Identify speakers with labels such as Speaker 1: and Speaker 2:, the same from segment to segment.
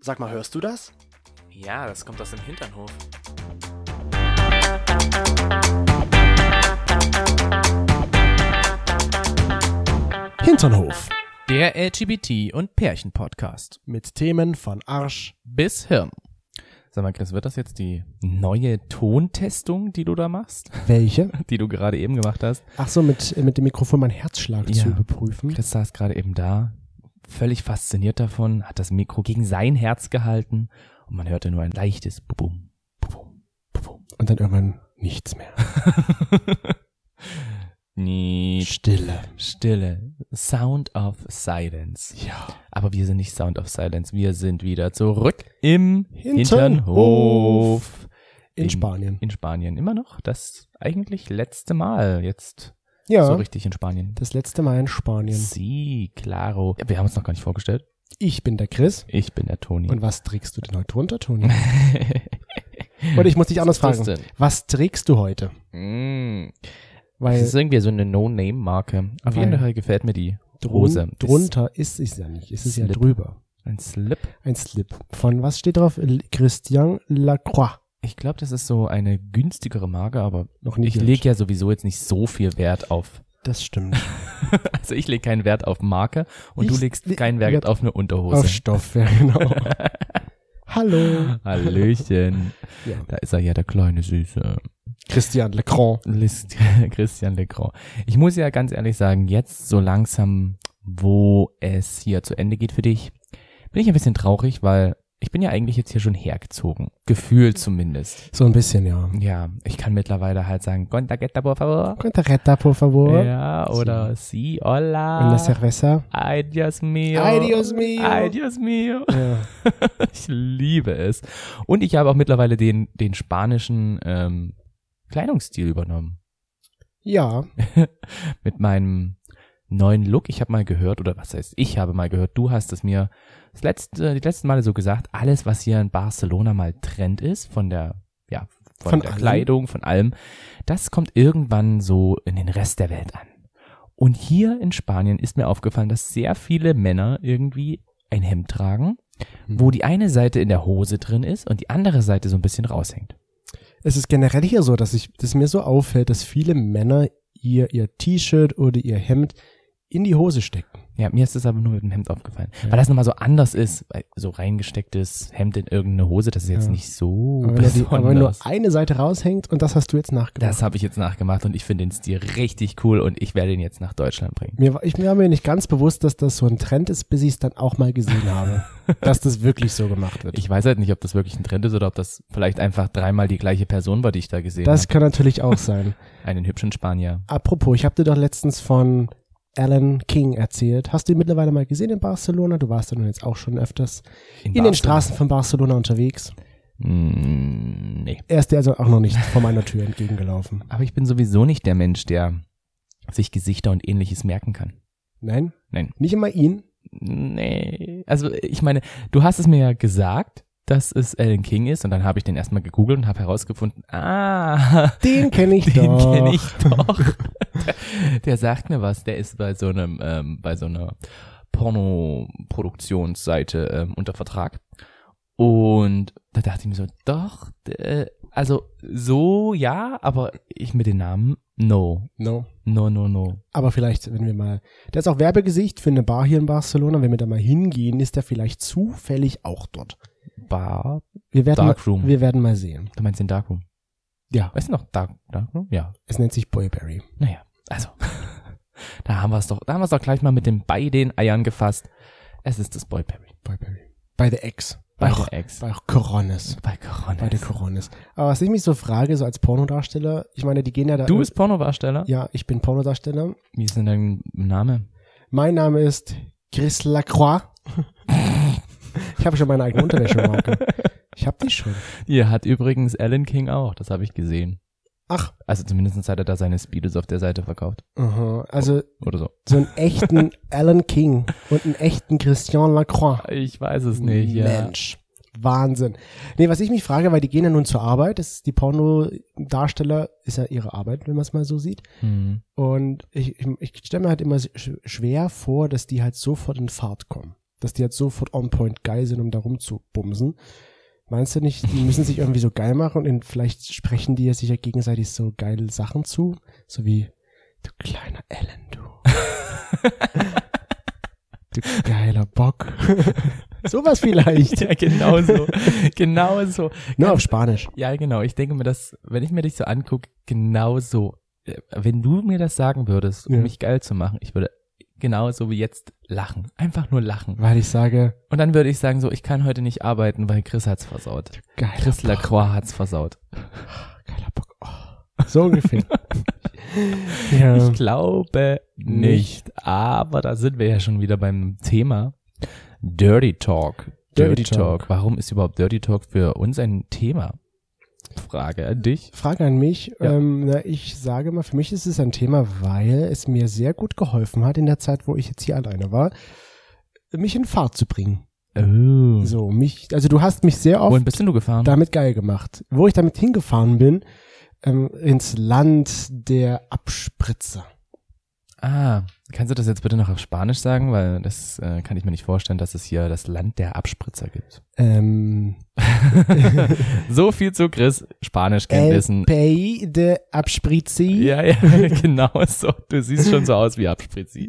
Speaker 1: Sag mal, hörst du das?
Speaker 2: Ja, das kommt aus dem Hinternhof.
Speaker 1: Hinternhof.
Speaker 3: Der LGBT- und Pärchen-Podcast.
Speaker 1: Mit Themen von Arsch.
Speaker 3: Bis Hirn. Sag mal, Chris, wird das jetzt die neue Tontestung, die du da machst?
Speaker 1: Welche?
Speaker 3: Die du gerade eben gemacht hast?
Speaker 1: Ach so, mit, mit dem Mikrofon meinen Herzschlag
Speaker 3: Ja.
Speaker 1: zu überprüfen.
Speaker 3: Chris saß gerade eben da, völlig fasziniert davon, hat das Mikro gegen sein Herz gehalten und man hörte nur ein leichtes Bum, Bum, Bum.
Speaker 1: Und dann irgendwann nichts mehr.
Speaker 3: Nee.
Speaker 1: Stille.
Speaker 3: Stille. Sound of Silence.
Speaker 1: Ja.
Speaker 3: Aber wir sind nicht Sound of Silence, wir sind wieder zurück im
Speaker 1: Hinternhof.
Speaker 3: Hinternhof.
Speaker 1: In Spanien.
Speaker 3: In Spanien. Immer noch. Das eigentlich letzte Mal jetzt
Speaker 1: Ja.
Speaker 3: so richtig in Spanien.
Speaker 1: Das letzte Mal in Spanien.
Speaker 3: Sie, claro. Ja, wir haben uns noch gar nicht vorgestellt.
Speaker 1: Ich bin der Chris.
Speaker 3: Ich bin der Toni.
Speaker 1: Und was trägst du denn heute runter, Toni? Oder ich muss dich anders
Speaker 3: Was ist
Speaker 1: fragen.
Speaker 3: das
Speaker 1: Was trägst du heute?
Speaker 3: Mm, das
Speaker 1: Weil
Speaker 3: ist irgendwie so eine No-Name-Marke. Auf
Speaker 1: Weil-
Speaker 3: jeden Fall gefällt mir die
Speaker 1: drun-
Speaker 3: Hose. Ist
Speaker 1: drunter ist es ja nicht. Es ist ja
Speaker 3: Slip.
Speaker 1: drüber.
Speaker 3: Ein Slip.
Speaker 1: Ein Slip. Von was steht drauf? L- Christian Lacroix.
Speaker 3: Ich glaube, das ist so eine günstigere Marke, aber
Speaker 1: Noch nicht.
Speaker 3: ich lege ja sowieso jetzt nicht so viel Wert auf.
Speaker 1: Das stimmt.
Speaker 3: Also ich lege keinen Wert auf Marke und du
Speaker 1: Ich
Speaker 3: legst
Speaker 1: leg
Speaker 3: keinen Wert
Speaker 1: Wert
Speaker 3: auf eine
Speaker 1: Auf
Speaker 3: Unterhose.
Speaker 1: Stoff, ja genau. Hallo.
Speaker 3: Hallöchen.
Speaker 1: Ja.
Speaker 3: Da ist er ja, der kleine Süße.
Speaker 1: Christian Legrand.
Speaker 3: List, Christian Legrand. Ich muss ja ganz ehrlich sagen, jetzt so langsam, wo es hier zu Ende geht für dich, bin ich ein bisschen traurig, weil ich bin ja eigentlich jetzt hier schon hergezogen. Gefühlt zumindest.
Speaker 1: So ein bisschen, ja.
Speaker 3: Ja, ich kann mittlerweile halt sagen, Contagueta, por favor.
Speaker 1: Cuenta reta, por favor.
Speaker 3: Ja, oder si,
Speaker 1: Una
Speaker 3: hola.
Speaker 1: cerveza.
Speaker 3: Ay, Dios mío.
Speaker 1: Ay, Dios mío.
Speaker 3: Ay, Dios mío.
Speaker 1: Ja.
Speaker 3: Ich liebe es. Und ich habe auch mittlerweile den, den spanischen ähm, Kleidungsstil übernommen.
Speaker 1: ja.
Speaker 3: mit meinem neuen Look. Ich habe mal gehört, oder was heißt, ich habe mal gehört, du hast es mir das letzte, die letzten Male so gesagt, alles, was hier in Barcelona mal Trend ist, von der, ja, von,
Speaker 1: Von
Speaker 3: der
Speaker 1: allem.
Speaker 3: Kleidung, von allem, das kommt irgendwann so in den Rest der Welt an. Und hier in Spanien ist mir aufgefallen, dass sehr viele Männer irgendwie ein Hemd tragen,
Speaker 1: Hm.
Speaker 3: wo die eine Seite in der Hose drin ist und die andere Seite so ein bisschen raushängt.
Speaker 1: Es ist generell hier so, dass ich, dass mir so auffällt, dass viele Männer ihr, ihr T-Shirt oder ihr Hemd in die Hose stecken.
Speaker 3: Ja, mir ist das aber nur mit dem Hemd aufgefallen.
Speaker 1: Ja.
Speaker 3: Weil das nochmal so anders ist, weil so reingestecktes Hemd in irgendeine Hose, das ist jetzt
Speaker 1: Ja.
Speaker 3: nicht so
Speaker 1: Aber wenn, die, aber wenn nur
Speaker 3: besonders.
Speaker 1: eine Seite raushängt und das hast du jetzt nachgemacht.
Speaker 3: Das habe ich jetzt nachgemacht und ich finde den Stil richtig cool und ich werde ihn jetzt nach Deutschland bringen.
Speaker 1: Mir war, ich mir war mir nicht ganz bewusst, dass das so ein Trend ist, bis ich es dann auch mal gesehen habe, dass das wirklich so gemacht wird.
Speaker 3: Ich weiß halt nicht, ob das wirklich ein Trend ist oder ob das vielleicht einfach dreimal die gleiche Person war, die ich da gesehen
Speaker 1: das
Speaker 3: habe.
Speaker 1: kann natürlich auch sein.
Speaker 3: Einen hübschen Spanier.
Speaker 1: Apropos, ich habe dir doch letztens von Alan King erzählt. Hast du ihn mittlerweile mal gesehen in Barcelona? Du warst ja nun jetzt auch schon öfters in, den
Speaker 3: Barcelona.
Speaker 1: Straßen von Barcelona unterwegs.
Speaker 3: Mm, nee.
Speaker 1: Er ist dir also auch noch nicht vor meiner Tür entgegengelaufen.
Speaker 3: Aber ich bin sowieso nicht der Mensch, der sich Gesichter und ähnliches merken kann.
Speaker 1: Nein?
Speaker 3: Nein.
Speaker 1: Nicht immer ihn?
Speaker 3: Nee. Also ich meine, du hast es mir ja gesagt, dass es Alan King ist und dann habe ich den erstmal gegoogelt und habe herausgefunden, ah,
Speaker 1: Den kenne ich
Speaker 3: den
Speaker 1: doch.
Speaker 3: kenne ich doch. der, der sagt mir was, der ist bei so einem, ähm, bei so einer Pornoproduktionsseite ähm, unter Vertrag. Und da dachte ich mir so, doch, äh, also so ja, aber ich mit den Namen, no,
Speaker 1: No.
Speaker 3: no, no, no.
Speaker 1: Aber vielleicht, wenn wir mal. Der ist auch Werbegesicht für eine Bar hier in Barcelona. Wenn wir da mal hingehen, ist er vielleicht zufällig auch dort.
Speaker 3: Bar,
Speaker 1: Wir werden,
Speaker 3: Darkroom.
Speaker 1: Mal, wir werden mal sehen.
Speaker 3: du meinst den Darkroom?
Speaker 1: Ja.
Speaker 3: Weißt du noch, Dark, Darkroom? Ja.
Speaker 1: Es nennt sich Boyberry.
Speaker 3: Naja, also, da haben wir es doch, da haben wir es doch gleich mal mit den bei den Eiern gefasst. Es ist das Boyberry.
Speaker 1: Boyberry. Bei The Ex.
Speaker 3: Bei
Speaker 1: Ach,
Speaker 3: der Ex.
Speaker 1: Bei Coronis.
Speaker 3: Bei Corona.
Speaker 1: Bei der Coronis. Aber was ich mich so frage, so als Pornodarsteller, ich meine, die gehen ja da.
Speaker 3: Du bist Pornodarsteller?
Speaker 1: Ja, ich bin Pornodarsteller.
Speaker 3: Wie ist denn dein Name?
Speaker 1: Mein Name ist Chris Lacroix. ich habe schon meine eigene Unterwäschemarke. Ich habe die schon.
Speaker 3: Ihr hat übrigens Alan King auch, das habe ich gesehen.
Speaker 1: Ach,
Speaker 3: Also zumindest hat er da seine Speedos auf der Seite verkauft.
Speaker 1: aha. also
Speaker 3: Oder so.
Speaker 1: so einen echten Alan King und einen echten Christian Lacroix.
Speaker 3: Ich weiß es nicht, ja.
Speaker 1: Mensch. Wahnsinn. Nee, was ich mich frage, weil die gehen ja nun zur Arbeit, das ist die Pornodarsteller ist ja ihre Arbeit, wenn man es mal so sieht.
Speaker 3: Hm.
Speaker 1: Und ich, ich, ich stelle mir halt immer sch schwer vor, dass die halt sofort in Fahrt kommen. dass die jetzt sofort on point geil sind, um da rumzubumsen. Meinst du nicht, die müssen sich irgendwie so geil machen und in, vielleicht sprechen die ja sich ja gegenseitig so geile Sachen zu? So wie, du kleiner Ellen, du. du geiler Bock. Sowas vielleicht.
Speaker 3: Ja, genau so. genau so.
Speaker 1: Nur auf Spanisch.
Speaker 3: Ja, genau. Ich denke mir, dass, wenn ich mir dich so angucke, genau so. Äh, Wenn du mir das sagen würdest, um
Speaker 1: Ja.
Speaker 3: mich geil zu machen, ich würde genau so wie jetzt lachen. Einfach nur lachen.
Speaker 1: Weil ich sage,
Speaker 3: Und dann würde ich sagen so, ich kann heute nicht arbeiten, weil Chris hat's versaut.
Speaker 1: geiler
Speaker 3: Chris
Speaker 1: Bock.
Speaker 3: Lacroix hat's versaut.
Speaker 1: Geiler Bock. Oh. So ungefähr. ja.
Speaker 3: Ich glaube nicht, aber da sind wir ja schon wieder beim Thema Dirty Talk.
Speaker 1: Dirty Talk.
Speaker 3: Warum ist überhaupt Dirty Talk für uns ein Thema? Frage an dich.
Speaker 1: Frage an mich.
Speaker 3: Ja.
Speaker 1: Ähm, na, ich sage mal, für mich ist es ein Thema, weil es mir sehr gut geholfen hat in der Zeit, wo ich jetzt hier alleine war, mich in Fahrt zu bringen.
Speaker 3: Oh.
Speaker 1: So, mich, also du hast mich sehr oft
Speaker 3: Wohin bist denn du gefahren?
Speaker 1: damit geil gemacht. Wo ich damit hingefahren bin, ähm, ins Land der Abspritzer.
Speaker 3: Ah, kannst du das jetzt bitte noch auf Spanisch sagen? Weil das äh, kann ich mir nicht vorstellen, dass es hier das Land der Abspritzer gibt.
Speaker 1: Ähm,
Speaker 3: So viel zu Chris
Speaker 1: El
Speaker 3: Spanischkenntnissen.
Speaker 1: Pay de Abspritzi.
Speaker 3: Ja, ja, genau so. Du siehst schon so aus wie Abspritzi.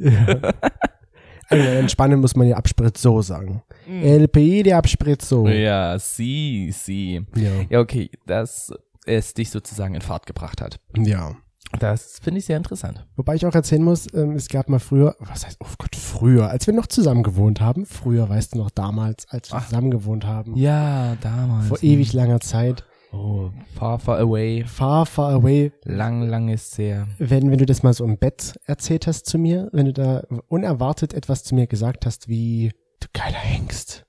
Speaker 1: Also, in Spanien muss man ja Abspritz so sagen. El Pay de Abspritzo.
Speaker 3: Mhm. Ja, sie, sie.
Speaker 1: Ja.
Speaker 3: Ja, okay, dass es dich sozusagen in Fahrt gebracht hat.
Speaker 1: ja.
Speaker 3: Das finde ich sehr interessant.
Speaker 1: Wobei ich auch erzählen muss, ähm, es gab mal früher, was heißt, oh Gott, früher, als wir noch zusammen gewohnt haben, früher, weißt du noch, damals, als wir zusammen gewohnt haben,
Speaker 3: Ah. Ja, damals.
Speaker 1: vor ewig langer Zeit,
Speaker 3: Oh, far, far away.
Speaker 1: far, far away,
Speaker 3: Lang, lang ist sehr.
Speaker 1: wenn, wenn du das mal so im Bett erzählt hast zu mir, wenn du da unerwartet etwas zu mir gesagt hast, wie, du geiler Hengst.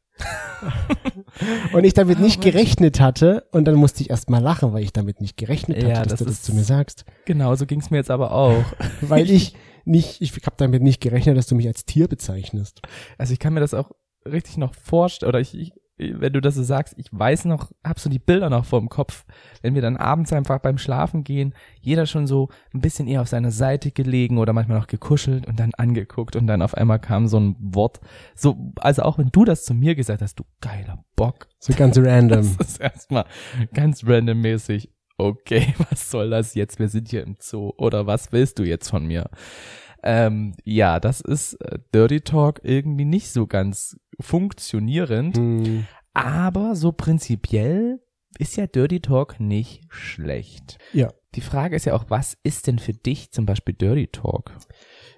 Speaker 1: und ich
Speaker 3: Ah,
Speaker 1: damit nicht gerechnet hatte und dann musste ich erst mal lachen, weil ich damit nicht gerechnet hatte,
Speaker 3: Ja,
Speaker 1: dass
Speaker 3: das
Speaker 1: du das
Speaker 3: ist-
Speaker 1: zu mir sagst.
Speaker 3: Genau, so ging es mir jetzt aber auch.
Speaker 1: Weil ich nicht, ich habe damit nicht gerechnet, dass du mich als Tier bezeichnest.
Speaker 3: Also ich kann mir das auch richtig noch vorstellen, oder ich, ich, wenn du das so sagst, ich weiß noch, hab so die Bilder noch vor dem Kopf, wenn wir dann abends einfach beim Schlafen gehen, jeder schon so ein bisschen eher auf seiner Seite gelegen oder manchmal noch gekuschelt und dann angeguckt und dann auf einmal kam so ein Wort, so, also auch wenn du das zu mir gesagt hast, du geiler Bock,
Speaker 1: So ganz random.
Speaker 3: das ist erstmal ganz randommäßig. Okay, was soll das jetzt? Wir sind hier im Zoo. Oder was willst du jetzt von mir? Ähm, ja, das ist äh, Dirty Talk irgendwie nicht so ganz funktionierend.
Speaker 1: Hm.
Speaker 3: Aber so prinzipiell ist ja Dirty Talk nicht schlecht.
Speaker 1: Ja.
Speaker 3: Die Frage ist ja auch, was ist denn für dich zum Beispiel Dirty Talk?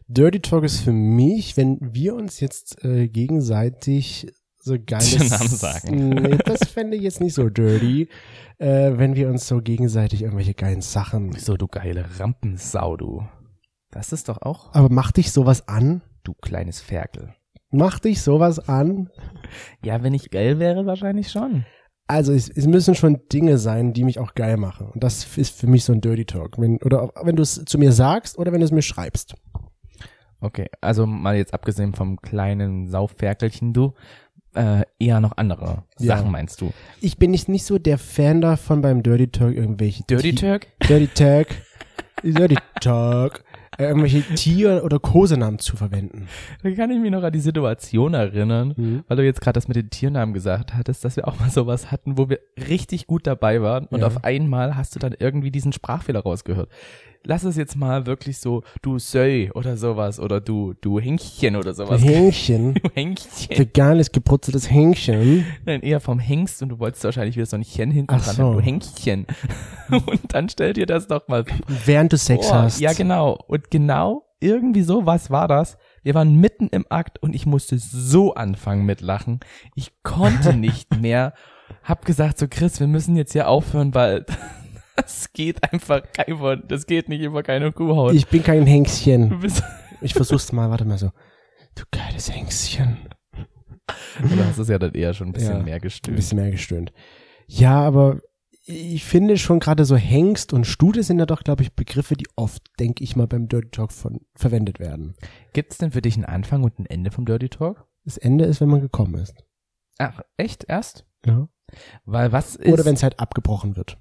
Speaker 1: Dirty Talk ist für mich, wenn wir uns jetzt äh, gegenseitig so geiles
Speaker 3: Den Namen sagen.
Speaker 1: Nee, das fände ich jetzt nicht so dirty. Äh, wenn wir uns so gegenseitig irgendwelche geilen Sachen.
Speaker 3: So, du geile Rampensau, du. Das ist doch auch,
Speaker 1: Aber macht dich sowas an?
Speaker 3: du kleines Ferkel.
Speaker 1: Macht dich sowas an?
Speaker 3: Ja, wenn ich geil wäre, wahrscheinlich schon.
Speaker 1: Also es, es müssen schon Dinge sein, die mich auch geil machen. Und das ist für mich so ein Dirty Talk. Wenn, oder auch, wenn du es zu mir sagst oder wenn du es mir schreibst.
Speaker 3: Okay, also mal jetzt abgesehen vom kleinen Saufferkelchen, du, äh, eher noch andere
Speaker 1: Ja.
Speaker 3: Sachen meinst du?
Speaker 1: Ich bin nicht, nicht so der Fan davon beim Dirty Talk irgendwelche
Speaker 3: Dirty
Speaker 1: Ti-
Speaker 3: Turk?
Speaker 1: Dirty Tag, Dirty Tag, äh, irgendwelche Tier- oder Kosenamen zu verwenden.
Speaker 3: Da kann ich mich noch an die Situation erinnern,
Speaker 1: Mhm.
Speaker 3: weil du jetzt gerade das mit den Tiernamen gesagt hattest, dass wir auch mal sowas hatten, wo wir richtig gut dabei waren und
Speaker 1: Ja.
Speaker 3: auf einmal hast du dann irgendwie diesen Sprachfehler rausgehört. Lass es jetzt mal wirklich so, du Söi oder sowas oder du, du Hängchen oder sowas.
Speaker 1: Hähnchen,
Speaker 3: Du Hängchen.
Speaker 1: veganes gebrutzeltes Hähnchen.
Speaker 3: Nein, eher vom Hengst und du wolltest wahrscheinlich wieder so ein Chen hinten
Speaker 1: Ach
Speaker 3: dran,
Speaker 1: so.
Speaker 3: du Hängchen. Und dann stell dir das doch mal
Speaker 1: Während du Sex
Speaker 3: Oh,
Speaker 1: hast.
Speaker 3: Ja, genau. Und genau irgendwie so, was war das? Wir waren mitten im Akt und ich musste so anfangen mit Lachen. Ich konnte nicht mehr. Hab gesagt so, Chris, wir müssen jetzt hier aufhören, weil das geht einfach kein Wort. Das geht nicht über keine Kuhhaut.
Speaker 1: Ich bin kein
Speaker 3: du
Speaker 1: Hängstchen.
Speaker 3: bist,
Speaker 1: Ich versuch's mal, warte mal so. Du geiles Hängstchen.
Speaker 3: du hast es ja dann eher schon ein bisschen
Speaker 1: Ja.
Speaker 3: mehr
Speaker 1: Ein
Speaker 3: gestört.
Speaker 1: bisschen mehr gestöhnt. Ja, aber ich finde schon gerade so Hengst und Stute sind ja doch, glaube ich, Begriffe, die oft, denke ich mal, beim Dirty Talk von, verwendet werden.
Speaker 3: Gibt es denn für dich einen Anfang und ein Ende vom Dirty Talk?
Speaker 1: Das Ende ist, wenn man gekommen ist.
Speaker 3: Ach, echt? Erst?
Speaker 1: Ja.
Speaker 3: Weil was ist... Äh,
Speaker 1: Oder wenn es halt abgebrochen wird.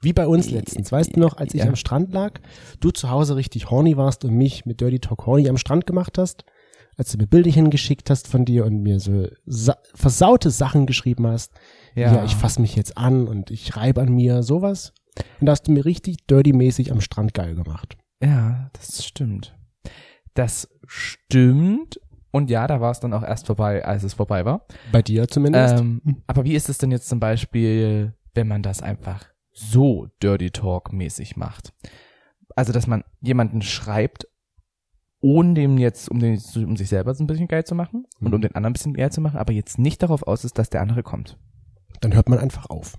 Speaker 1: Wie bei uns letztens. Weißt du noch, als ich
Speaker 3: Ja.
Speaker 1: am Strand lag, du zu Hause richtig horny warst und mich mit Dirty Talk horny am Strand gemacht hast als du mir Bilder hingeschickt hast von dir und mir so sa versaute Sachen geschrieben hast. Ja. ich fass mich jetzt an und ich reibe an mir, sowas. Und da hast du mir richtig dirty-mäßig am Strand geil gemacht.
Speaker 3: ja, das stimmt. Das stimmt. Und ja, da war es dann auch erst vorbei, als es vorbei war.
Speaker 1: Bei dir zumindest.
Speaker 3: Ähm, aber wie ist es denn jetzt zum Beispiel, wenn man das einfach so Dirty Talk mäßig macht? Also, dass man jemanden schreibt, ohne dem jetzt, um, den, um sich selber so ein bisschen geil zu machen und
Speaker 1: Mhm.
Speaker 3: um den anderen ein bisschen geil zu machen, aber jetzt nicht darauf aus ist, dass der andere kommt.
Speaker 1: Dann hört man einfach auf.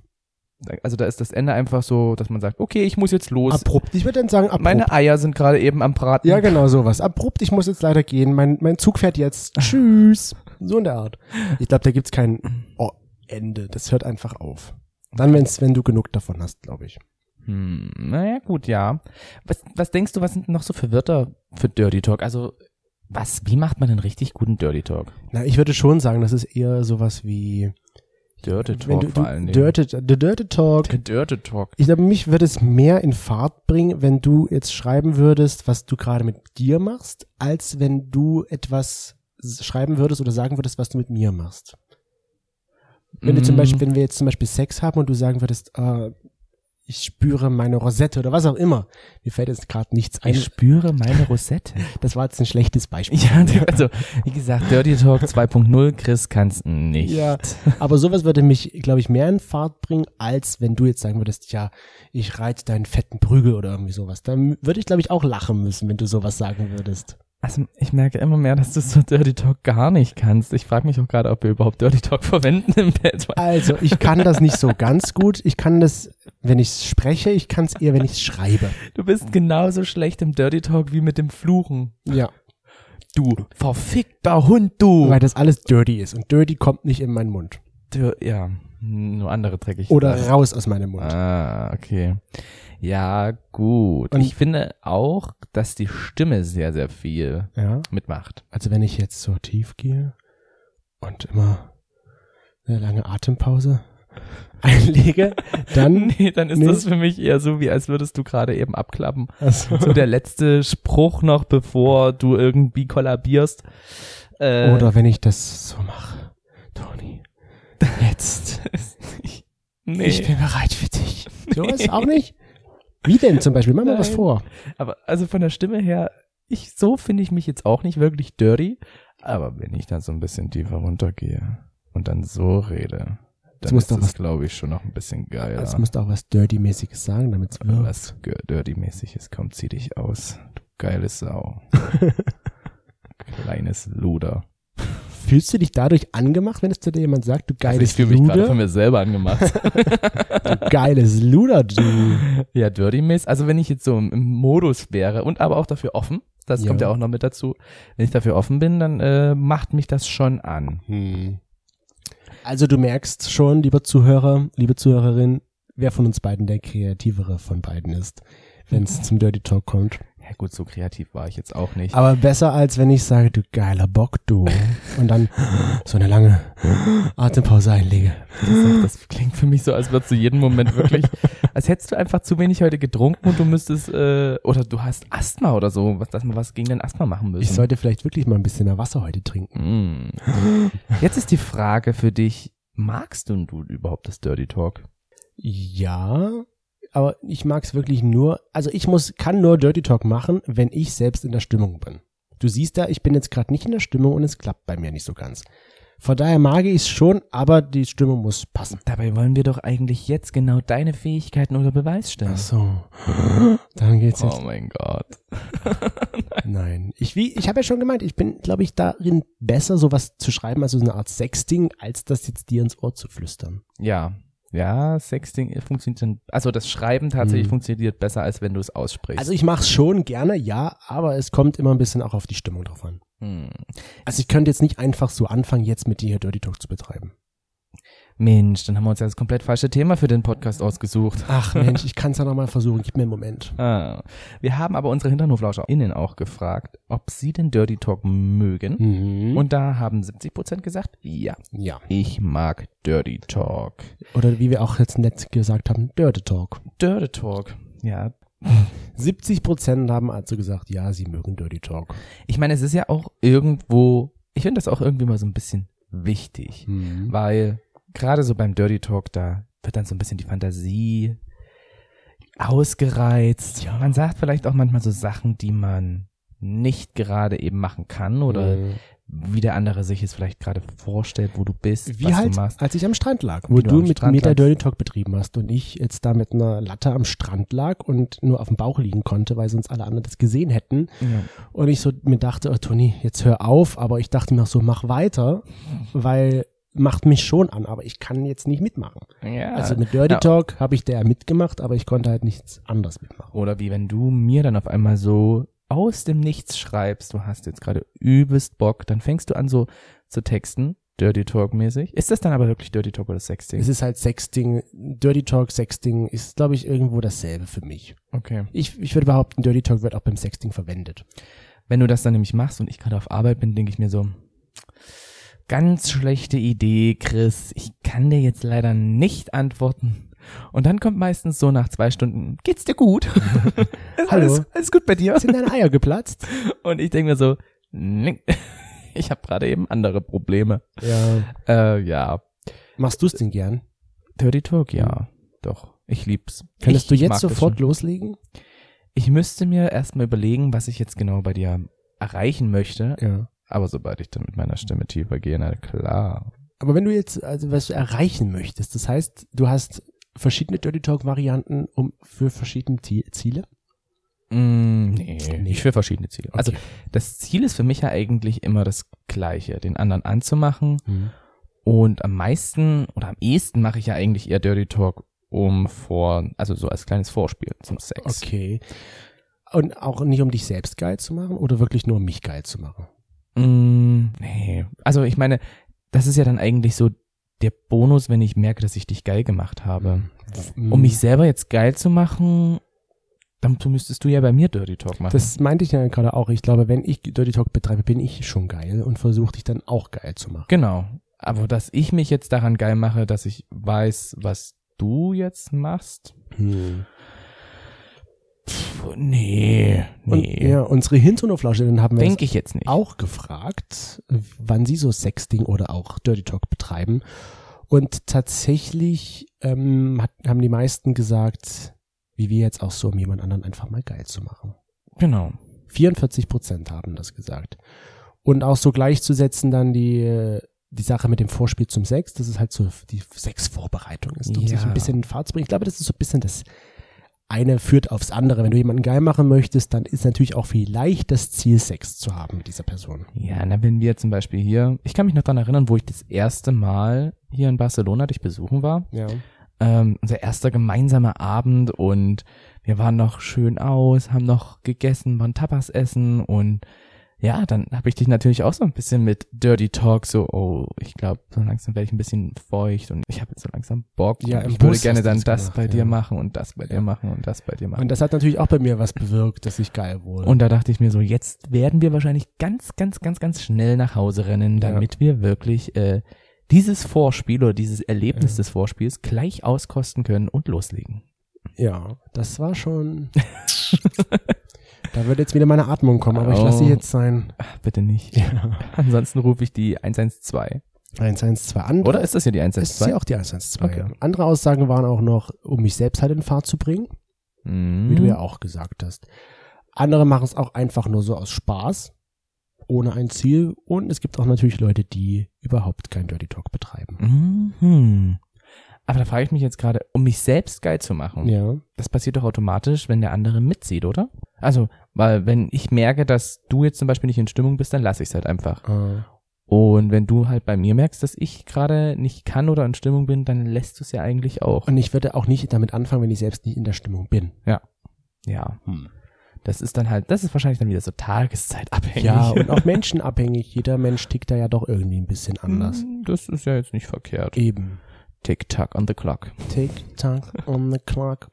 Speaker 3: Also da ist das Ende einfach so, dass man sagt, okay, ich muss jetzt los.
Speaker 1: Abrupt. Ich würde dann sagen, abrupt.
Speaker 3: Meine Eier sind gerade eben am Braten.
Speaker 1: ja, genau, sowas. Abrupt, ich muss jetzt leider gehen. Mein, mein Zug fährt jetzt. Tschüss. So in der Art. Ich glaube, da gibt's kein oh, Ende. Das hört einfach auf. Dann, wenn's, wenn du genug davon hast, glaube ich.
Speaker 3: Hm, naja, gut, ja. Was, was denkst du, was sind denn noch so für Wörter für Dirty Talk? Also, was, wie macht man einen richtig guten Dirty Talk?
Speaker 1: Na, ich würde schon sagen, das ist eher sowas wie
Speaker 3: Dirty Talk
Speaker 1: wenn du,
Speaker 3: vor allen
Speaker 1: du,
Speaker 3: Dingen.
Speaker 1: dirty, the dirty talk.
Speaker 3: Der Dirty Talk.
Speaker 1: Ich glaube, mich würde es mehr in Fahrt bringen, wenn du jetzt schreiben würdest, was du gerade mit dir machst, als wenn du etwas s- schreiben würdest oder sagen würdest, was du mit mir machst. Wenn du zum
Speaker 3: Mm,
Speaker 1: Beispiel, wenn wir jetzt zum Beispiel Sex haben und du sagen würdest, äh, ich spüre meine Rosette oder was auch immer. Mir fällt jetzt gerade nichts ein.
Speaker 3: Ich spüre meine Rosette.
Speaker 1: Das war jetzt ein schlechtes Beispiel.
Speaker 3: ja, also, wie gesagt, Dirty Talk 2.0, Chris kann's nicht.
Speaker 1: Ja, aber sowas würde mich, glaube ich, mehr in Fahrt bringen, als wenn du jetzt sagen würdest, ja, ich reiz deinen fetten Prügel oder irgendwie sowas. Dann würde ich, glaube ich, auch lachen müssen, wenn du sowas sagen würdest.
Speaker 3: Also, ich merke immer mehr, dass du so Dirty Talk gar nicht kannst. Ich frage mich auch gerade, ob wir überhaupt Dirty Talk verwenden im Bett.
Speaker 1: Also, ich kann das nicht so ganz gut. Ich kann das, wenn ich spreche, ich kann es eher, wenn ich schreibe.
Speaker 3: Du bist genauso schlecht im Dirty Talk wie mit dem Fluchen.
Speaker 1: Ja.
Speaker 3: Du verfickter Hund, du.
Speaker 1: Weil das alles dirty ist und dirty kommt nicht in meinen Mund.
Speaker 3: Du- Ja, nur andere dreckig.
Speaker 1: Oder raus aus meinem Mund.
Speaker 3: Ah, okay. Ja, gut.
Speaker 1: Und-
Speaker 3: ich finde auch, dass die Stimme sehr, sehr viel
Speaker 1: Ja.
Speaker 3: mitmacht.
Speaker 1: Also, wenn ich jetzt so tief gehe und immer eine lange Atempause einlege, dann.
Speaker 3: Nee, dann
Speaker 1: Hm?
Speaker 3: ist
Speaker 1: Nee.
Speaker 3: das für mich eher so, wie als würdest du gerade eben abklappen.
Speaker 1: Also,
Speaker 3: So der letzte Spruch noch, bevor du irgendwie kollabierst. Äh,
Speaker 1: Oder wenn ich das so mache. Toni, jetzt.
Speaker 3: nee.
Speaker 1: Ich bin bereit für dich. So ist auch nicht? Wie denn zum Beispiel? Mach mal was
Speaker 3: Nein.
Speaker 1: vor.
Speaker 3: Aber also von der Stimme her, ich so finde ich mich jetzt auch nicht wirklich dirty. Aber wenn ich dann so ein bisschen tiefer runtergehe und dann so rede,
Speaker 1: Es
Speaker 3: dann
Speaker 1: muss
Speaker 3: ist
Speaker 1: doch
Speaker 3: das,
Speaker 1: was-
Speaker 3: glaube ich, schon noch ein bisschen geiler.
Speaker 1: Es musst auch was Dirty-mäßiges sagen, damit es
Speaker 3: Wenn
Speaker 1: wirkt.
Speaker 3: was ge- dirty-mäßiges kommt, zieh dich aus. Du geile Sau. Kleines Luder.
Speaker 1: Fühlst du dich dadurch angemacht, wenn es zu dir jemand sagt, du
Speaker 3: Also ich
Speaker 1: geiles
Speaker 3: fühle mich gerade von
Speaker 1: Luder?
Speaker 3: mir selber angemacht.
Speaker 1: Du geiles Luder, du.
Speaker 3: ja, dirty-mäßig. Also wenn ich jetzt so im, im Modus wäre und aber auch dafür offen, das
Speaker 1: Ja.
Speaker 3: kommt ja auch noch mit dazu. Wenn ich dafür offen bin, dann äh, macht mich das schon an.
Speaker 1: Hm. Also du merkst schon, lieber Zuhörer, liebe Zuhörerin, wer von uns beiden der kreativere von beiden ist, wenn es zum Dirty Talk kommt.
Speaker 3: Ja gut, so kreativ war ich jetzt auch nicht.
Speaker 1: Aber besser als wenn ich sage, du geiler Bock, du. Und dann so eine lange Atempause einlege.
Speaker 3: Das, das klingt für mich so, als würdest du jeden Moment wirklich, als hättest du einfach zu wenig heute getrunken und du müsstest, äh, oder du hast Asthma oder so, was, dass man was gegen den Asthma machen müssen.
Speaker 1: Ich sollte vielleicht wirklich mal ein bisschen mehr Wasser heute trinken.
Speaker 3: Mm. Jetzt ist die Frage für dich, magst du, du überhaupt das Dirty Talk?
Speaker 1: Ja, aber ich mag's wirklich nur, also ich muss, kann nur Dirty Talk machen, wenn ich selbst in der Stimmung bin. Du siehst da, ich bin jetzt gerade nicht in der Stimmung und es klappt bei mir nicht so ganz. Von daher mag ich es schon, aber die Stimmung muss passen.
Speaker 3: Dabei wollen wir doch eigentlich jetzt genau deine Fähigkeiten unter Beweis stellen.
Speaker 1: so. Dann geht's jetzt.
Speaker 3: Oh mein Gott.
Speaker 1: Nein. Ich, wie, ich habe ja schon gemeint, ich bin, glaube ich, darin besser, sowas zu schreiben, also so eine Art Sexting, als das jetzt dir ins Ohr zu flüstern.
Speaker 3: Ja. Ja, Sexting funktioniert dann, also das Schreiben tatsächlich
Speaker 1: Mm.
Speaker 3: funktioniert besser, als wenn du es aussprichst.
Speaker 1: Also ich mache es schon gerne, ja, aber es kommt immer ein bisschen auch auf die Stimmung drauf an.
Speaker 3: Hm.
Speaker 1: Also ich könnte jetzt nicht einfach so anfangen, jetzt mit dir hier Dirty Talk zu betreiben.
Speaker 3: Mensch, dann haben wir uns ja das komplett falsche Thema für den Podcast ausgesucht.
Speaker 1: Ach Mensch, ich kann es ja nochmal versuchen, gib mir einen Moment.
Speaker 3: Ah. Wir haben aber unsere HinterhoflauscherInnen auch gefragt, ob sie den Dirty Talk mögen.
Speaker 1: Mhm. Und
Speaker 3: Und da haben 70% gesagt, ja,
Speaker 1: ja.
Speaker 3: ich mag Dirty Talk.
Speaker 1: Oder wie wir auch jetzt nett gesagt haben, Dirty Talk.
Speaker 3: Dirty Talk. Ja,
Speaker 1: 70 Prozent haben also gesagt, ja, sie mögen Dirty Talk.
Speaker 3: Ich meine, es ist ja auch irgendwo, ich finde das auch irgendwie mal so ein bisschen wichtig,
Speaker 1: Mhm.
Speaker 3: weil gerade so beim Dirty Talk, da wird dann so ein bisschen die Fantasie ausgereizt. Man sagt vielleicht auch manchmal so Sachen, die man nicht gerade eben machen kann oder
Speaker 1: Mhm.
Speaker 3: wie der andere sich es vielleicht gerade vorstellt, wo du bist,
Speaker 1: Wie
Speaker 3: was
Speaker 1: halt,
Speaker 3: du machst.
Speaker 1: als ich am Strand lag,
Speaker 3: Wie
Speaker 1: wo
Speaker 3: du
Speaker 1: du
Speaker 3: am
Speaker 1: mit
Speaker 3: Strand
Speaker 1: mir der
Speaker 3: lagst.
Speaker 1: Dirty Talk betrieben hast und ich jetzt da mit einer Latte am Strand lag und nur auf dem Bauch liegen konnte, weil sonst alle anderen das gesehen hätten.
Speaker 3: Ja.
Speaker 1: Und ich so mir dachte, oh, Toni, jetzt hör auf, aber ich dachte mir auch so, mach weiter, weil macht mich schon an, aber ich kann jetzt nicht mitmachen.
Speaker 3: Ja.
Speaker 1: Also mit Dirty
Speaker 3: Ja.
Speaker 1: Talk habe ich da mitgemacht, aber ich konnte halt nichts anderes mitmachen.
Speaker 3: Oder wie wenn du mir dann auf einmal so aus dem Nichts schreibst, du hast jetzt gerade übelst Bock, dann fängst du an so zu texten, Dirty Talk mäßig. Ist das dann aber wirklich Dirty Talk oder
Speaker 1: Es
Speaker 3: Sexting?
Speaker 1: ist halt Sexting, Dirty Talk, Sexting ist, glaube ich, irgendwo dasselbe für mich.
Speaker 3: Okay.
Speaker 1: Ich, ich würde behaupten, Dirty Talk wird auch beim Sexting verwendet.
Speaker 3: Wenn du das dann nämlich machst und ich gerade auf Arbeit bin, denke ich mir so, ganz schlechte Idee, Chris, ich kann dir jetzt leider nicht antworten. Und dann kommt meistens so nach zwei Stunden, geht's dir gut? Ist
Speaker 1: Hallo.
Speaker 3: Alles, alles gut bei dir?
Speaker 1: Sind deine Eier geplatzt?
Speaker 3: Und ich denke mir so, nee, ich habe gerade eben andere Probleme.
Speaker 1: Ja.
Speaker 3: Äh, ja,
Speaker 1: Machst du's denn gern?
Speaker 3: Dirty Talk, ja. Doch, ich lieb's.
Speaker 1: Könntest
Speaker 3: ich,
Speaker 1: du
Speaker 3: ich
Speaker 1: jetzt
Speaker 3: mag das
Speaker 1: sofort
Speaker 3: schon.
Speaker 1: loslegen?
Speaker 3: Ich müsste mir erstmal überlegen, was ich jetzt genau bei dir erreichen möchte.
Speaker 1: Ja.
Speaker 3: Aber sobald ich dann mit meiner Stimme tiefer gehe, na klar.
Speaker 1: Aber wenn du jetzt also was erreichen möchtest, das heißt, du hast verschiedene Dirty Talk Varianten um für verschiedene Ti- Ziele.
Speaker 3: Mm, nee,
Speaker 1: Nee.
Speaker 3: ich will verschiedene Ziele. Also das Ziel ist für mich ja eigentlich immer das gleiche, den anderen anzumachen.
Speaker 1: Mhm.
Speaker 3: Und am meisten oder am ehesten mache ich ja eigentlich eher Dirty Talk um vor, also so als kleines Vorspiel zum Sex.
Speaker 1: Okay. Und auch nicht um dich selbst geil zu machen oder wirklich nur um mich geil zu machen.
Speaker 3: Mm, nee. Also ich meine, das ist ja dann eigentlich so der Bonus, wenn ich merke, dass ich dich geil gemacht habe.
Speaker 1: Hm.
Speaker 3: Um mich selber jetzt geil zu machen, dann tu- müsstest du ja bei mir Dirty Talk machen.
Speaker 1: Das meinte ich ja gerade auch. Ich glaube, wenn ich Dirty Talk betreibe, bin ich schon geil und versuche dich dann auch geil zu machen.
Speaker 3: genau. Aber dass ich mich jetzt daran geil mache, dass ich weiß, was du jetzt machst. Hm. Pff, nee,
Speaker 1: Und
Speaker 3: nee.
Speaker 1: ja, unsere Hinterflasche, dann haben wir
Speaker 3: Denke ich jetzt nicht.
Speaker 1: auch gefragt, wann sie so Sexting oder auch Dirty Talk betreiben. Und tatsächlich ähm, hat, haben die meisten gesagt, wie wir jetzt auch so, um jemand anderen einfach mal geil zu machen.
Speaker 3: Genau.
Speaker 1: 44 Prozent haben das gesagt. Und auch so gleichzusetzen dann die, äh, die Sache mit dem Vorspiel zum Sex, das ist halt so die Sexvorbereitung ist, um
Speaker 3: Ja.
Speaker 1: sich ein bisschen in Fahrt zu bringen. Ich glaube, das ist so ein bisschen das eine führt aufs andere. Wenn du jemanden geil machen möchtest, dann ist natürlich auch vielleicht das Ziel, Sex zu haben mit dieser Person.
Speaker 3: Ja, na, wenn wir zum Beispiel hier, ich kann mich noch dran erinnern, wo ich das erste Mal hier in Barcelona dich besuchen war.
Speaker 1: Ja.
Speaker 3: ähm, unser erster gemeinsamer Abend und wir waren noch schön aus, haben noch gegessen, waren Tapas essen und ja, dann habe ich dich natürlich auch so ein bisschen mit Dirty Talk so, oh, ich glaube, so langsam werde ich ein bisschen feucht und ich habe jetzt so langsam Bock.
Speaker 1: Ja,
Speaker 3: und
Speaker 1: im
Speaker 3: ich würde
Speaker 1: Bus
Speaker 3: gerne
Speaker 1: hast du
Speaker 3: dann
Speaker 1: das
Speaker 3: das
Speaker 1: gemacht,
Speaker 3: bei
Speaker 1: ja.
Speaker 3: dir machen und das bei dir
Speaker 1: Ja.
Speaker 3: machen und das bei dir machen.
Speaker 1: Und das hat natürlich auch bei mir was bewirkt, dass ich geil wurde.
Speaker 3: Und da dachte ich mir so, jetzt werden wir wahrscheinlich ganz, ganz, ganz, ganz schnell nach Hause rennen,
Speaker 1: Ja.
Speaker 3: damit wir wirklich äh, dieses Vorspiel oder dieses Erlebnis
Speaker 1: Ja.
Speaker 3: des Vorspiels gleich auskosten können und loslegen.
Speaker 1: ja, das war schon. da wird jetzt wieder meine Atmung kommen, aber ich
Speaker 3: Oh.
Speaker 1: lasse sie jetzt sein.
Speaker 3: Ach, bitte nicht. Ansonsten rufe ich die 112.
Speaker 1: 112 an.
Speaker 3: Oder ist das ja die
Speaker 1: Es ist ja
Speaker 3: 112?
Speaker 1: auch die 112.
Speaker 3: Okay.
Speaker 1: Ja. Andere Aussagen waren auch noch, um mich selbst halt in Fahrt zu bringen,
Speaker 3: Mhm.
Speaker 1: wie du ja auch gesagt hast. Andere machen es auch einfach nur so aus Spaß, ohne ein Ziel. Und es gibt auch natürlich Leute, die überhaupt kein Dirty Talk betreiben.
Speaker 3: Mhm. Aber da frage ich mich jetzt gerade, um mich selbst geil zu machen.
Speaker 1: Ja.
Speaker 3: Das passiert doch automatisch, wenn der andere mitzieht, oder? Also, weil wenn ich merke, dass du jetzt zum Beispiel nicht in Stimmung bist, dann lass ich es halt einfach.
Speaker 1: Äh,
Speaker 3: Und wenn du halt bei mir merkst, dass ich gerade nicht kann oder in Stimmung bin, dann lässt du es ja eigentlich auch.
Speaker 1: Und ich würde auch nicht damit anfangen, wenn ich selbst nicht in der Stimmung bin.
Speaker 3: Ja. Das ist dann halt, das ist wahrscheinlich dann wieder so tageszeitabhängig.
Speaker 1: Ja, und auch menschenabhängig. Jeder Mensch tickt da ja doch irgendwie ein bisschen anders.
Speaker 3: Hm, Das ist ja jetzt nicht verkehrt.
Speaker 1: Eben.
Speaker 3: Tick-Tack on the clock.
Speaker 1: Tick, tack, on the clock.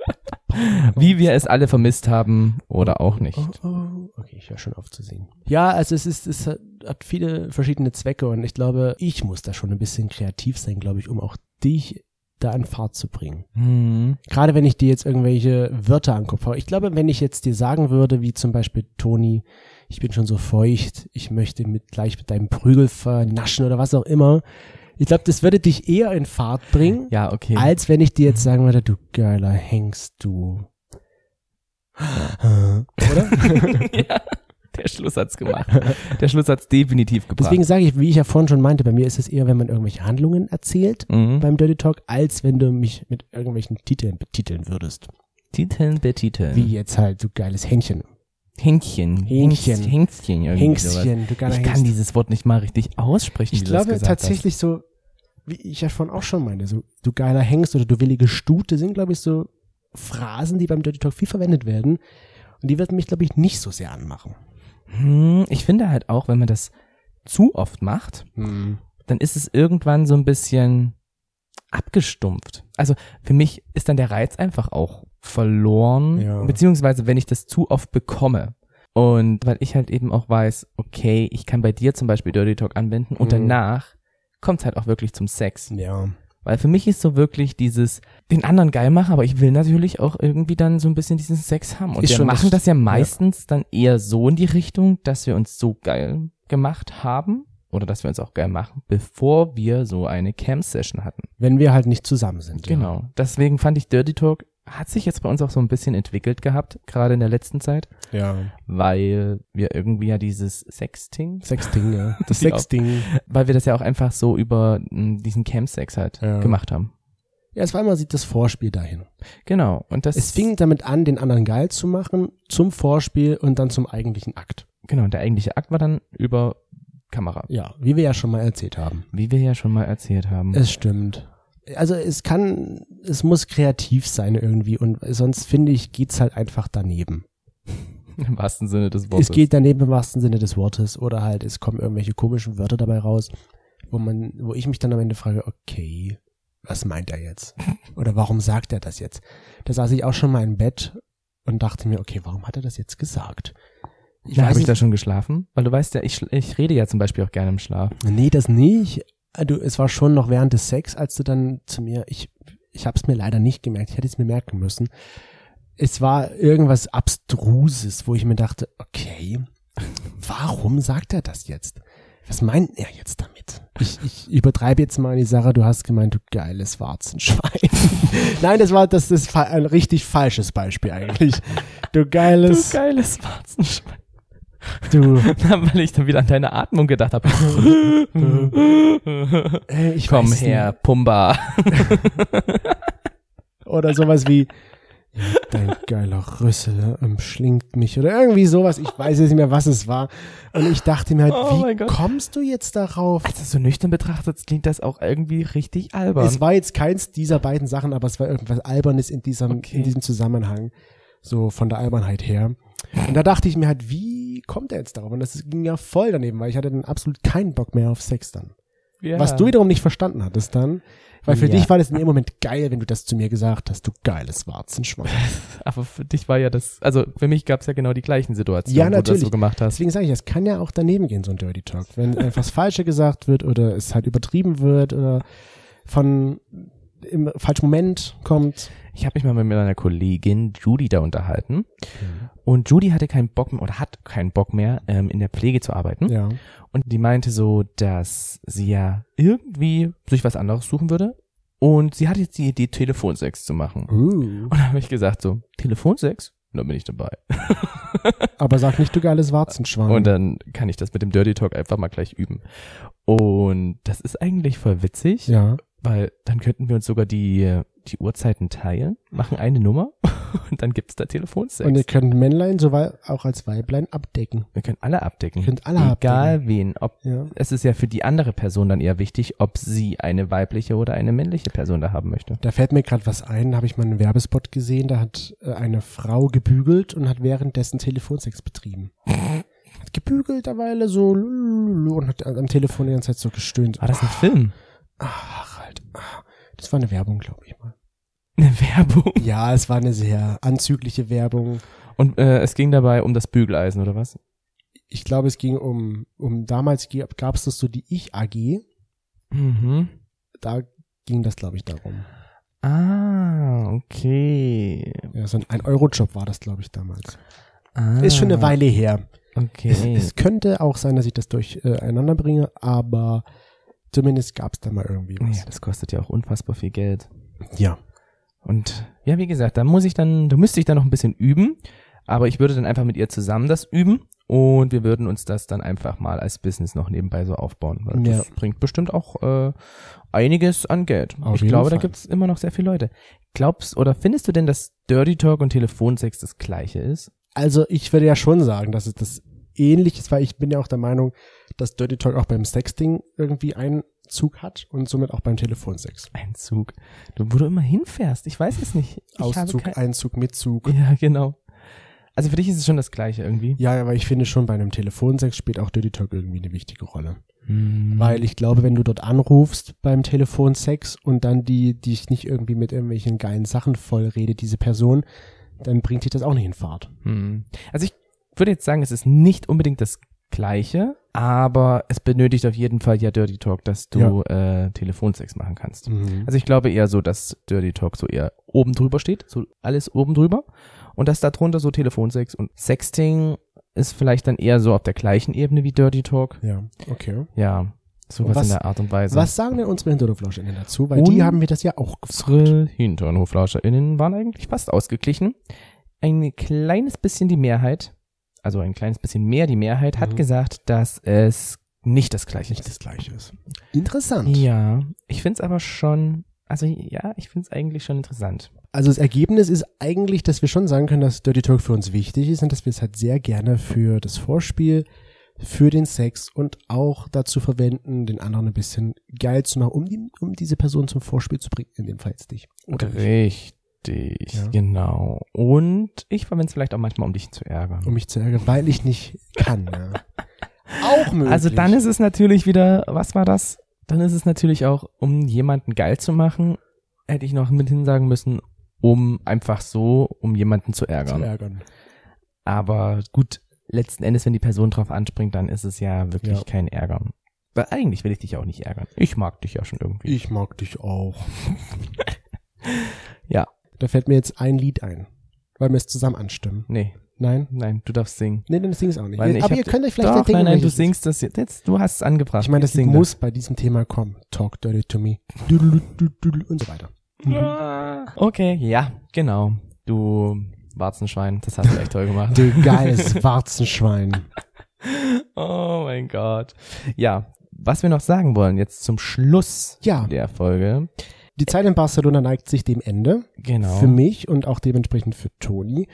Speaker 3: Wie wir es alle vermisst haben oder auch nicht.
Speaker 1: Oh, oh. Okay, ich höre schon auf zu singen. Ja, also es ist, es hat- hat viele verschiedene Zwecke und ich glaube, ich muss da schon ein bisschen kreativ sein, glaube ich, um auch dich da an Fahrt zu bringen.
Speaker 3: Mhm.
Speaker 1: Gerade wenn ich dir jetzt irgendwelche Wörter an den Kopf hau. Ich glaube, wenn ich jetzt dir sagen würde, wie zum Beispiel Toni, ich bin schon so feucht, ich möchte mit gleich mit deinem Prügel vernaschen oder was auch immer. Ich glaube, das würde dich eher in Fahrt bringen,
Speaker 3: Ja, okay.
Speaker 1: als wenn ich dir jetzt sagen würde, du geiler Hengst, du.
Speaker 3: ja, der Schluss hat's gemacht. Der Schluss hat's definitiv gebracht.
Speaker 1: Deswegen sage ich, wie ich ja vorhin schon meinte, bei mir ist es eher, wenn man irgendwelche Handlungen erzählt
Speaker 3: mhm.
Speaker 1: beim Dirty Talk, als wenn du mich mit irgendwelchen Titeln betiteln würdest.
Speaker 3: Titeln betiteln.
Speaker 1: Wie jetzt halt, du geiles Hähnchen.
Speaker 3: Hähnchen.
Speaker 1: Hähnchen.
Speaker 3: Hengst- Hengstchen. irgendwie sowas.
Speaker 1: Hengstchen, du geiler
Speaker 3: Ich
Speaker 1: Hengst.
Speaker 3: kann dieses Wort nicht mal richtig aussprechen.
Speaker 1: Ich
Speaker 3: wie du das
Speaker 1: glaube
Speaker 3: gesagt
Speaker 1: tatsächlich so, wie ich ja vorhin auch schon meinte, so du geiler Hengst oder du willige Stute sind, glaube ich, so Phrasen, die beim Dirty Talk viel verwendet werden. Und die werden mich, glaube ich, nicht so sehr anmachen.
Speaker 3: Hast. Hm, ich finde halt auch, wenn man das zu oft macht, dann ist es irgendwann so ein bisschen abgestumpft. Also für mich ist dann der Reiz einfach auch verloren,
Speaker 1: Ja.
Speaker 3: beziehungsweise wenn ich das zu oft bekomme. Und weil ich halt eben auch weiß, okay, ich kann bei dir zum Beispiel Dirty Talk anwenden und
Speaker 1: Mhm.
Speaker 3: danach kommt's halt auch wirklich zum Sex.
Speaker 1: Ja.
Speaker 3: Weil für mich ist so wirklich dieses, den anderen geil machen, aber ich will natürlich auch irgendwie dann so ein bisschen diesen Sex haben. Und
Speaker 1: Ist
Speaker 3: wir
Speaker 1: schon
Speaker 3: machen
Speaker 1: das-
Speaker 3: das ja meistens dann eher so in die Richtung, dass wir uns so geil gemacht haben oder dass wir uns auch geil machen, bevor wir so eine Cam-Session hatten.
Speaker 1: Wenn wir halt nicht zusammen sind. ja.
Speaker 3: Genau. Deswegen fand ich Dirty Talk hat sich jetzt bei uns auch so ein bisschen entwickelt gehabt, gerade in der letzten Zeit,
Speaker 1: Ja.
Speaker 3: weil wir irgendwie ja dieses Sexting,
Speaker 1: Sexding, ja. Das
Speaker 3: Ja.
Speaker 1: Sexding.
Speaker 3: weil wir das ja auch einfach so über m, diesen Cam-Sex halt
Speaker 1: Ja.
Speaker 3: gemacht haben.
Speaker 1: Ja, es war immer sieht das Vorspiel dahin.
Speaker 3: Genau. Und das
Speaker 1: Es fing damit an, den anderen geil zu machen, zum Vorspiel und dann zum eigentlichen Akt.
Speaker 3: Genau, und der eigentliche Akt war dann über Kamera,
Speaker 1: Ja, wie wir ja schon mal erzählt haben.
Speaker 3: wie wir ja schon mal erzählt haben.
Speaker 1: Es stimmt. Also es kann, es muss kreativ sein irgendwie und sonst finde ich, geht's halt einfach daneben.
Speaker 3: Im wahrsten Sinne des Wortes.
Speaker 1: Es geht daneben im wahrsten Sinne des Wortes oder halt es kommen irgendwelche komischen Wörter dabei raus, wo man, wo ich mich dann am Ende frage, okay, was meint er jetzt? Oder warum sagt er das jetzt? Da saß ich auch schon mal im Bett und dachte mir, okay, warum hat er das jetzt gesagt? Ich
Speaker 3: Na,
Speaker 1: weiß
Speaker 3: habe ich
Speaker 1: nicht-
Speaker 3: da schon geschlafen? Weil du weißt ja, ich, schl- ich rede ja zum Beispiel auch gerne im Schlaf.
Speaker 1: Nee, das nicht. Äh, Du, es war schon noch während des Sex, als du dann zu mir, ich, ich hab's mir leider nicht gemerkt, ich hätte es mir merken müssen. Es war irgendwas Abstruses, wo ich mir dachte, okay, warum sagt er das jetzt? Was meint er jetzt damit? Ich, ich übertreibe jetzt mal die Sache, du hast gemeint, du geiles Warzenschwein. Nein, das war, das ist fa- ein richtig falsches Beispiel eigentlich. Du geiles,
Speaker 3: geiles Warzenschwein.
Speaker 1: du,
Speaker 3: Weil ich dann wieder an deine Atmung gedacht habe.
Speaker 1: äh, ich
Speaker 3: Komm
Speaker 1: weiß
Speaker 3: her, Pumba.
Speaker 1: Oder sowas wie, ja, dein geiler Rüssel ähm, schlingt mich oder irgendwie sowas. Ich weiß jetzt nicht mehr, was es war. Und ich dachte mir halt,
Speaker 3: Oh mein
Speaker 1: wie
Speaker 3: Gott.
Speaker 1: kommst du jetzt darauf?
Speaker 3: Als du Also so nüchtern betrachtet, klingt das auch irgendwie richtig albern.
Speaker 1: Es war jetzt keins dieser beiden Sachen, aber es war irgendwas Albernes in diesem,
Speaker 3: Okay.
Speaker 1: in diesem Zusammenhang. So von der Albernheit her. Und da dachte ich mir halt, wie kommt er jetzt darauf? Und das ging ja voll daneben, weil ich hatte dann absolut keinen Bock mehr auf Sex dann.
Speaker 3: Ja.
Speaker 1: Was du wiederum nicht verstanden hattest dann, weil für
Speaker 3: Ja.
Speaker 1: dich war das in dem Moment geil, wenn du das zu mir gesagt hast, du geiles Warzenschwein.
Speaker 3: Aber für dich war ja das, also für mich gab es ja genau die gleichen Situationen,
Speaker 1: Ja,
Speaker 3: wo du das so
Speaker 1: natürlich.
Speaker 3: gemacht hast.
Speaker 1: Deswegen sage ich, es kann ja auch daneben gehen, so ein Dirty Talk. Wenn einfach das Falsche gesagt wird oder es halt übertrieben wird oder von im falschen Moment kommt.
Speaker 3: Ich habe mich mal mit meiner Kollegin Judy da unterhalten. Und Judy hatte keinen Bock mehr oder hat keinen Bock mehr, ähm, in der Pflege zu arbeiten.
Speaker 1: Ja.
Speaker 3: Und die meinte so, dass sie ja irgendwie sich was anderes suchen würde. Und sie hat jetzt die Idee, Telefonsex zu machen.
Speaker 1: Uh.
Speaker 3: Und da habe ich gesagt so, Telefonsex? Da bin ich dabei.
Speaker 1: Aber sag nicht, du geiles Warzenschwein.
Speaker 3: Und dann kann ich das mit dem Dirty Talk einfach mal gleich üben. Und das ist eigentlich voll witzig,
Speaker 1: ja.
Speaker 3: weil dann könnten wir uns sogar die, die Uhrzeiten teilen, machen eine Nummer und dann gibt's da Telefonsex.
Speaker 1: Und ihr könnt Männlein sowohl auch als Weiblein abdecken.
Speaker 3: wir können alle abdecken.
Speaker 1: Ihr könnt alle
Speaker 3: Egal wen, ob
Speaker 1: abdecken. Ja.
Speaker 3: es ist ja für die andere Person dann eher wichtig, ob sie eine weibliche oder eine männliche Person da haben möchte.
Speaker 1: Da fällt mir gerade was ein, da habe ich mal einen Werbespot gesehen, da hat äh, eine Frau gebügelt und hat währenddessen Telefonsex betrieben. Hat gebügelt eine Weile so lululu und hat am Telefon die ganze Zeit so gestöhnt.
Speaker 3: War das ein Film?
Speaker 1: Ach, halt. ah. Das war eine Werbung, glaube ich mal.
Speaker 3: Eine Werbung.
Speaker 1: Ja, es war eine sehr anzügliche Werbung.
Speaker 3: Und äh, es ging dabei um das Bügeleisen, oder was?
Speaker 1: Ich glaube, es ging um, um damals gab es das so die Ich-AG.
Speaker 3: Mhm.
Speaker 1: Da ging das, glaube ich, darum.
Speaker 3: Ah, okay.
Speaker 1: Ja, so ein 1-Euro-Job war das, glaube ich, damals.
Speaker 3: Ah,
Speaker 1: Ist schon eine Weile her.
Speaker 3: Okay.
Speaker 1: Es, es könnte auch sein, dass ich das durcheinander bringe, aber zumindest gab es da mal irgendwie
Speaker 3: ja,
Speaker 1: was.
Speaker 3: das kostet ja auch unfassbar viel Geld.
Speaker 1: Ja.
Speaker 3: Und ja, wie gesagt, da muss ich dann, da müsste ich dann noch ein bisschen üben, aber ich würde dann einfach mit ihr zusammen das üben und wir würden uns das dann einfach mal als Business noch nebenbei so aufbauen. Weil Das
Speaker 1: Ja.
Speaker 3: bringt bestimmt auch äh, einiges an Geld.
Speaker 1: Auf
Speaker 3: ich
Speaker 1: jeden
Speaker 3: glaube, da
Speaker 1: Fall.
Speaker 3: gibt's immer noch sehr viele Leute. Glaubst oder findest du denn, dass Dirty Talk und Telefonsex das gleiche ist?
Speaker 1: Also ich würde ja schon sagen, dass es das ähnlich ist, weil ich bin ja auch der Meinung, dass Dirty Talk auch beim Sexting irgendwie einen Zug hat und somit auch beim Telefonsex.
Speaker 3: Ein Zug. Du, wo du immer hinfährst, ich weiß es nicht. Ich habe
Speaker 1: Auszug,
Speaker 3: kein-
Speaker 1: Einzug, Mitzug.
Speaker 3: Ja, genau. Also für dich ist es schon das gleiche irgendwie.
Speaker 1: Ja, aber ich finde schon, bei einem Telefonsex spielt auch Dirty Talk irgendwie eine wichtige Rolle.
Speaker 3: Hm.
Speaker 1: Weil ich glaube, wenn du dort anrufst beim Telefonsex und dann die dich nicht irgendwie mit irgendwelchen geilen Sachen vollredet, diese Person, dann bringt dich das auch nicht in Fahrt.
Speaker 3: Hm. Also ich würde jetzt sagen, es ist nicht unbedingt das Gleiche, aber es benötigt auf jeden Fall ja Dirty Talk, dass du äh, Telefonsex machen kannst. Also ich glaube eher so, dass Dirty Talk so eher oben drüber steht, so alles oben drüber und dass darunter so Telefonsex und Sexting ist vielleicht dann eher so auf der gleichen Ebene wie Dirty Talk.
Speaker 1: Also, Ja, okay.
Speaker 3: Ja, sowas
Speaker 1: Was-
Speaker 3: in der Art und Weise.
Speaker 1: Was sagen denn unsere HinternoflauscherInnen dazu? Weil
Speaker 3: Also Und-
Speaker 1: die haben mir das ja auch gefragt.
Speaker 3: Unsere HinternhoflauscherInnen waren eigentlich fast ausgeglichen. Ein kleines bisschen die Mehrheit, also ein kleines bisschen mehr die Mehrheit, hat
Speaker 1: Mhm.
Speaker 3: gesagt, dass es nicht das gleiche
Speaker 1: Nicht
Speaker 3: ist.
Speaker 1: das Gleiche ist. Interessant.
Speaker 3: Ja, ich find's aber schon, also ja, ich find's eigentlich schon interessant.
Speaker 1: Also das Ergebnis ist eigentlich, dass wir schon sagen können, dass Dirty Talk für uns wichtig ist und dass wir es halt sehr gerne für das Vorspiel, für den Sex und auch dazu verwenden, den anderen ein bisschen geil zu machen, um, die, um diese Person zum Vorspiel zu bringen, in dem Fall jetzt dich. Oder mich,
Speaker 3: Richtig,
Speaker 1: Ja.
Speaker 3: genau. Und ich verwend's vielleicht auch manchmal, um dich zu ärgern.
Speaker 1: um mich zu ärgern, weil ich nicht kann. Ja. auch möglich.
Speaker 3: Also dann ist es natürlich wieder, was war das? Dann ist es natürlich auch, um jemanden geil zu machen, hätte ich noch mit hinsagen müssen, um einfach so, um jemanden zu
Speaker 1: zu
Speaker 3: ärgern.
Speaker 1: ärgern.
Speaker 3: Aber gut, letzten Endes, wenn die Person drauf anspringt, dann ist es ja wirklich
Speaker 1: Ja.
Speaker 3: kein Ärgern. Weil eigentlich will ich dich ja auch nicht ärgern. Ich mag dich ja schon irgendwie.
Speaker 1: Ich mag dich auch.
Speaker 3: Ja.
Speaker 1: Da fällt mir jetzt ein Lied ein. Wollen wir es zusammen anstimmen?
Speaker 3: Nee,
Speaker 1: Nein?
Speaker 3: nein, du darfst singen.
Speaker 1: Nee, dann sing's auch nicht.
Speaker 3: Weil ich
Speaker 1: Aber
Speaker 3: hab-
Speaker 1: ihr könnt euch vielleicht
Speaker 3: Doch,
Speaker 1: denken,
Speaker 3: nein, nein, du
Speaker 1: welches es
Speaker 3: singst das jetzt. jetzt du hast es angebracht.
Speaker 1: Ich meine, das
Speaker 3: Jetzt
Speaker 1: Ding
Speaker 3: sing
Speaker 1: muss bei diesem Thema kommen. Talk dirty to me. Düdelüdüdüdel Und so weiter.
Speaker 3: das. Okay, ja, genau. Du Warzenschwein, das hast du echt toll gemacht.
Speaker 1: Du geiles Warzenschwein.
Speaker 3: Oh mein Gott. Ja, was wir noch sagen wollen, jetzt zum Schluss
Speaker 1: Ja.
Speaker 3: der Folge.
Speaker 1: Die Zeit in Barcelona neigt sich dem Ende.
Speaker 3: Genau.
Speaker 1: Für mich und auch dementsprechend für Toni.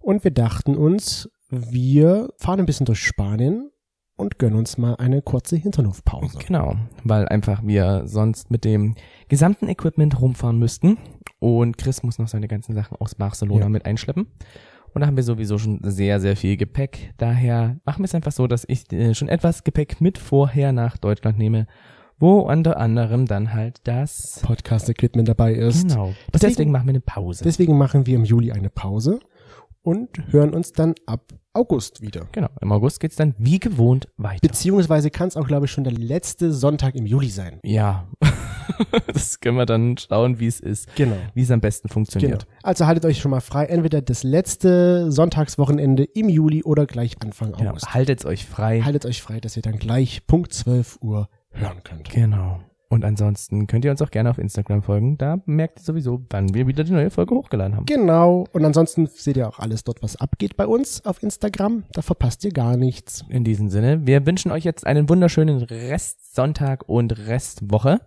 Speaker 1: Und wir dachten uns, wir fahren ein bisschen durch Spanien und gönnen uns mal eine kurze Hinternhofpause.
Speaker 3: Genau, weil einfach wir sonst mit dem gesamten Equipment rumfahren müssten und Chris muss noch seine ganzen Sachen aus Barcelona
Speaker 1: Ja.
Speaker 3: mit einschleppen. Und da haben wir sowieso schon sehr, sehr viel Gepäck. Daher machen wir es einfach so, dass ich äh, schon etwas Gepäck mit vorher nach Deutschland nehme, wo unter anderem dann halt das...
Speaker 1: Podcast-Equipment dabei ist.
Speaker 3: Genau. Deswegen, machen wir eine Pause.
Speaker 1: Deswegen machen wir im Juli eine Pause und hören uns dann ab August wieder.
Speaker 3: Genau, im August geht's dann wie gewohnt weiter.
Speaker 1: Beziehungsweise kann es auch, glaube ich, schon der letzte Sonntag im Juli sein.
Speaker 3: Ja, das können wir dann schauen, wie es ist,
Speaker 1: Genau.
Speaker 3: wie es am besten
Speaker 1: Genau.
Speaker 3: funktioniert.
Speaker 1: Also haltet euch schon mal frei, entweder das letzte Sonntagswochenende im Juli oder gleich Anfang
Speaker 3: Genau.
Speaker 1: August.
Speaker 3: Haltet's euch frei.
Speaker 1: Haltet euch frei, dass ihr dann gleich Punkt 12 Uhr hören könnt.
Speaker 3: Genau. Und ansonsten könnt ihr uns auch gerne auf Instagram folgen. Da merkt ihr sowieso, wann wir wieder die neue Folge hochgeladen haben.
Speaker 1: Genau. Und ansonsten seht ihr auch alles dort, was abgeht bei uns auf Instagram. Da verpasst ihr gar nichts.
Speaker 3: In diesem Sinne, wir wünschen euch jetzt einen wunderschönen Restsonntag und Restwoche.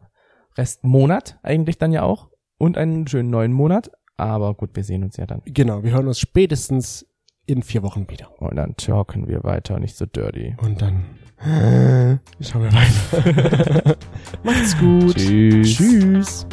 Speaker 3: Restmonat eigentlich dann ja auch. Und einen schönen neuen Monat. Aber gut, wir sehen uns ja dann.
Speaker 1: Genau. Wir hören uns spätestens in vier Wochen wieder.
Speaker 3: Und dann talken wir weiter, nicht so dirty.
Speaker 1: Und dann äh, schauen wir weiter. Macht's gut.
Speaker 3: Tschüss.
Speaker 1: Tschüss.